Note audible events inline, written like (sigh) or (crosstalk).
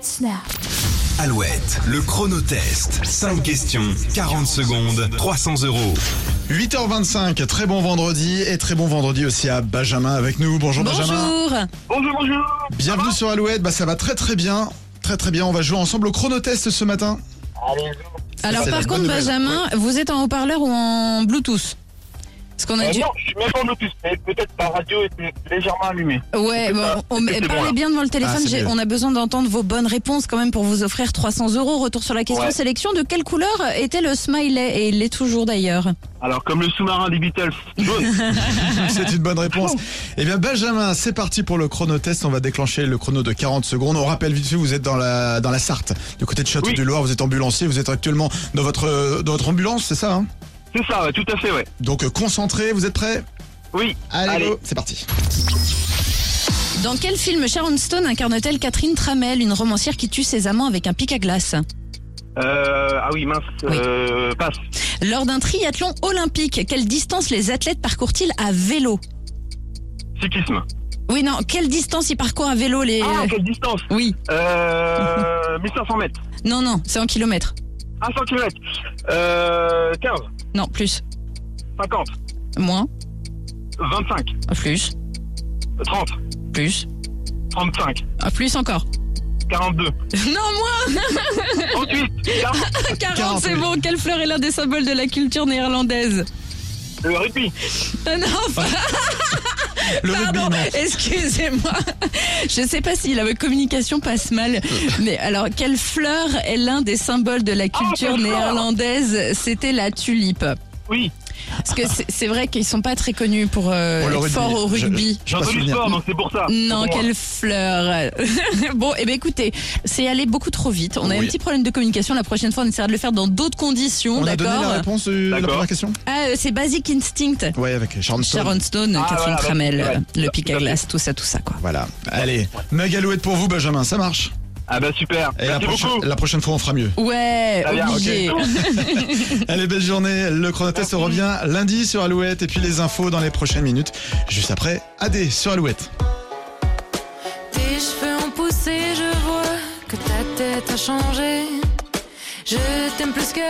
Snap. Alouette, le chronotest. 5 questions, 40 secondes, 300 euros. 8h25, très bon vendredi et très bon vendredi aussi à Benjamin avec nous. Bonjour, Benjamin. Bonjour. Bonjour, bonjour. Bienvenue sur Alouette, bah, ça va très très bien. Très très bien, on va jouer ensemble au chronotest ce (laughs) matin. Allez, Alors c'est la par bonne contre, nouvelle. Benjamin, vous êtes en haut-parleur ou en Bluetooth Parce qu'on a euh, dû. non, je suis même pas en Bluetooth, mais peut-être la radio était légèrement allumée. Ouais, bon, ça, on- c'est mais bon, parlez là. bien devant le téléphone. Ah, c'est j'ai- mieux. on a besoin d'entendre vos bonnes réponses quand même pour vous offrir 300 euros. Retour sur la question Ouais. sélection. De quelle couleur était le smiley Et il l'est toujours d'ailleurs. Alors, comme le sous-marin des Beatles, (laughs) jaune. C'est une bonne Ah réponse. Eh bien Benjamin, c'est parti pour le chronotest. On va déclencher le chrono de 40 secondes. On rappelle vite fait, vous êtes dans la, dans la Sarthe, du côté de Château Oui. du Loir, vous êtes ambulancier, vous êtes actuellement dans votre, euh, dans votre ambulance, c'est ça hein c'est ça, ouais, tout à fait, ouais. Donc euh, concentré, vous êtes prêts Oui. Allez, Allez. go, c'est parti. Dans quel film Sharon Stone incarne-t-elle Catherine Tramel, une romancière qui tue ses amants avec un pic à glace Euh, ah oui, mince. Euh, passe. Lors d'un triathlon olympique, quelle distance les athlètes parcourent-ils à vélo Cyclisme. Oui, non, quelle distance ils parcourent à vélo les... Ah, quelle distance Oui. (laughs) Euh, 1500 mètres. Non, non, c'est en kilomètres. 100 km. Euh, 15, Non, plus. 50, Moins. 25, Plus. 30, Plus. 35, Ah, Plus encore. (laughs) 42, (laughs) Non, moins 38, 40, 40, 40, c'est oui. bon. Quelle fleur est l'un des symboles de la culture néerlandaise (laughs) le rugby. Ah Non, Le rugby, pardon, non. excusez-moi. (laughs) Je sais pas si la communication (laughs) passe mal, mais alors, quelle fleur est l'un des symboles de la Oh, culture quelle fleur néerlandaise C'était la tulipe. Oui, Parce que c'est- c'est vrai qu'ils sont pas très connus pour euh, Pour le être rugby. forts au Je- rugby. je sais pas j'ai entendu souvenir. sport, donc c'est Ah, pour ça. Non, Pour moi. quelle fleur (laughs) Bon, eh ben écoutez, c'est allé beaucoup trop vite. On a Oui. un petit problème de communication. La prochaine fois, on essaiera de le faire dans d'autres conditions, On a donné la d'accord réponse euh, la D'accord. première question Ah, euh, c'est Basic Instinct. Ouais, avec Sharon Stone. Sharon Stone, Ah, Catherine voilà, Tramel, ouais. euh, le pic à glace, tout ça, tout ça, quoi. Voilà. Allez, magalouette pour vous, Benjamin, ça marche. Ah bah super, Et la merci prochaine, beaucoup. la prochaine fois, on fera (laughs) mieux. Ouais, Très bien, ok. (laughs) obligé. Allez, belle journée. Le chronotest revient lundi sur Alouette et puis les infos dans les prochaines minutes. Juste après, AD sur Alouette. Tes cheveux ont poussé, je vois que ta tête a changé. Je t'aime plus que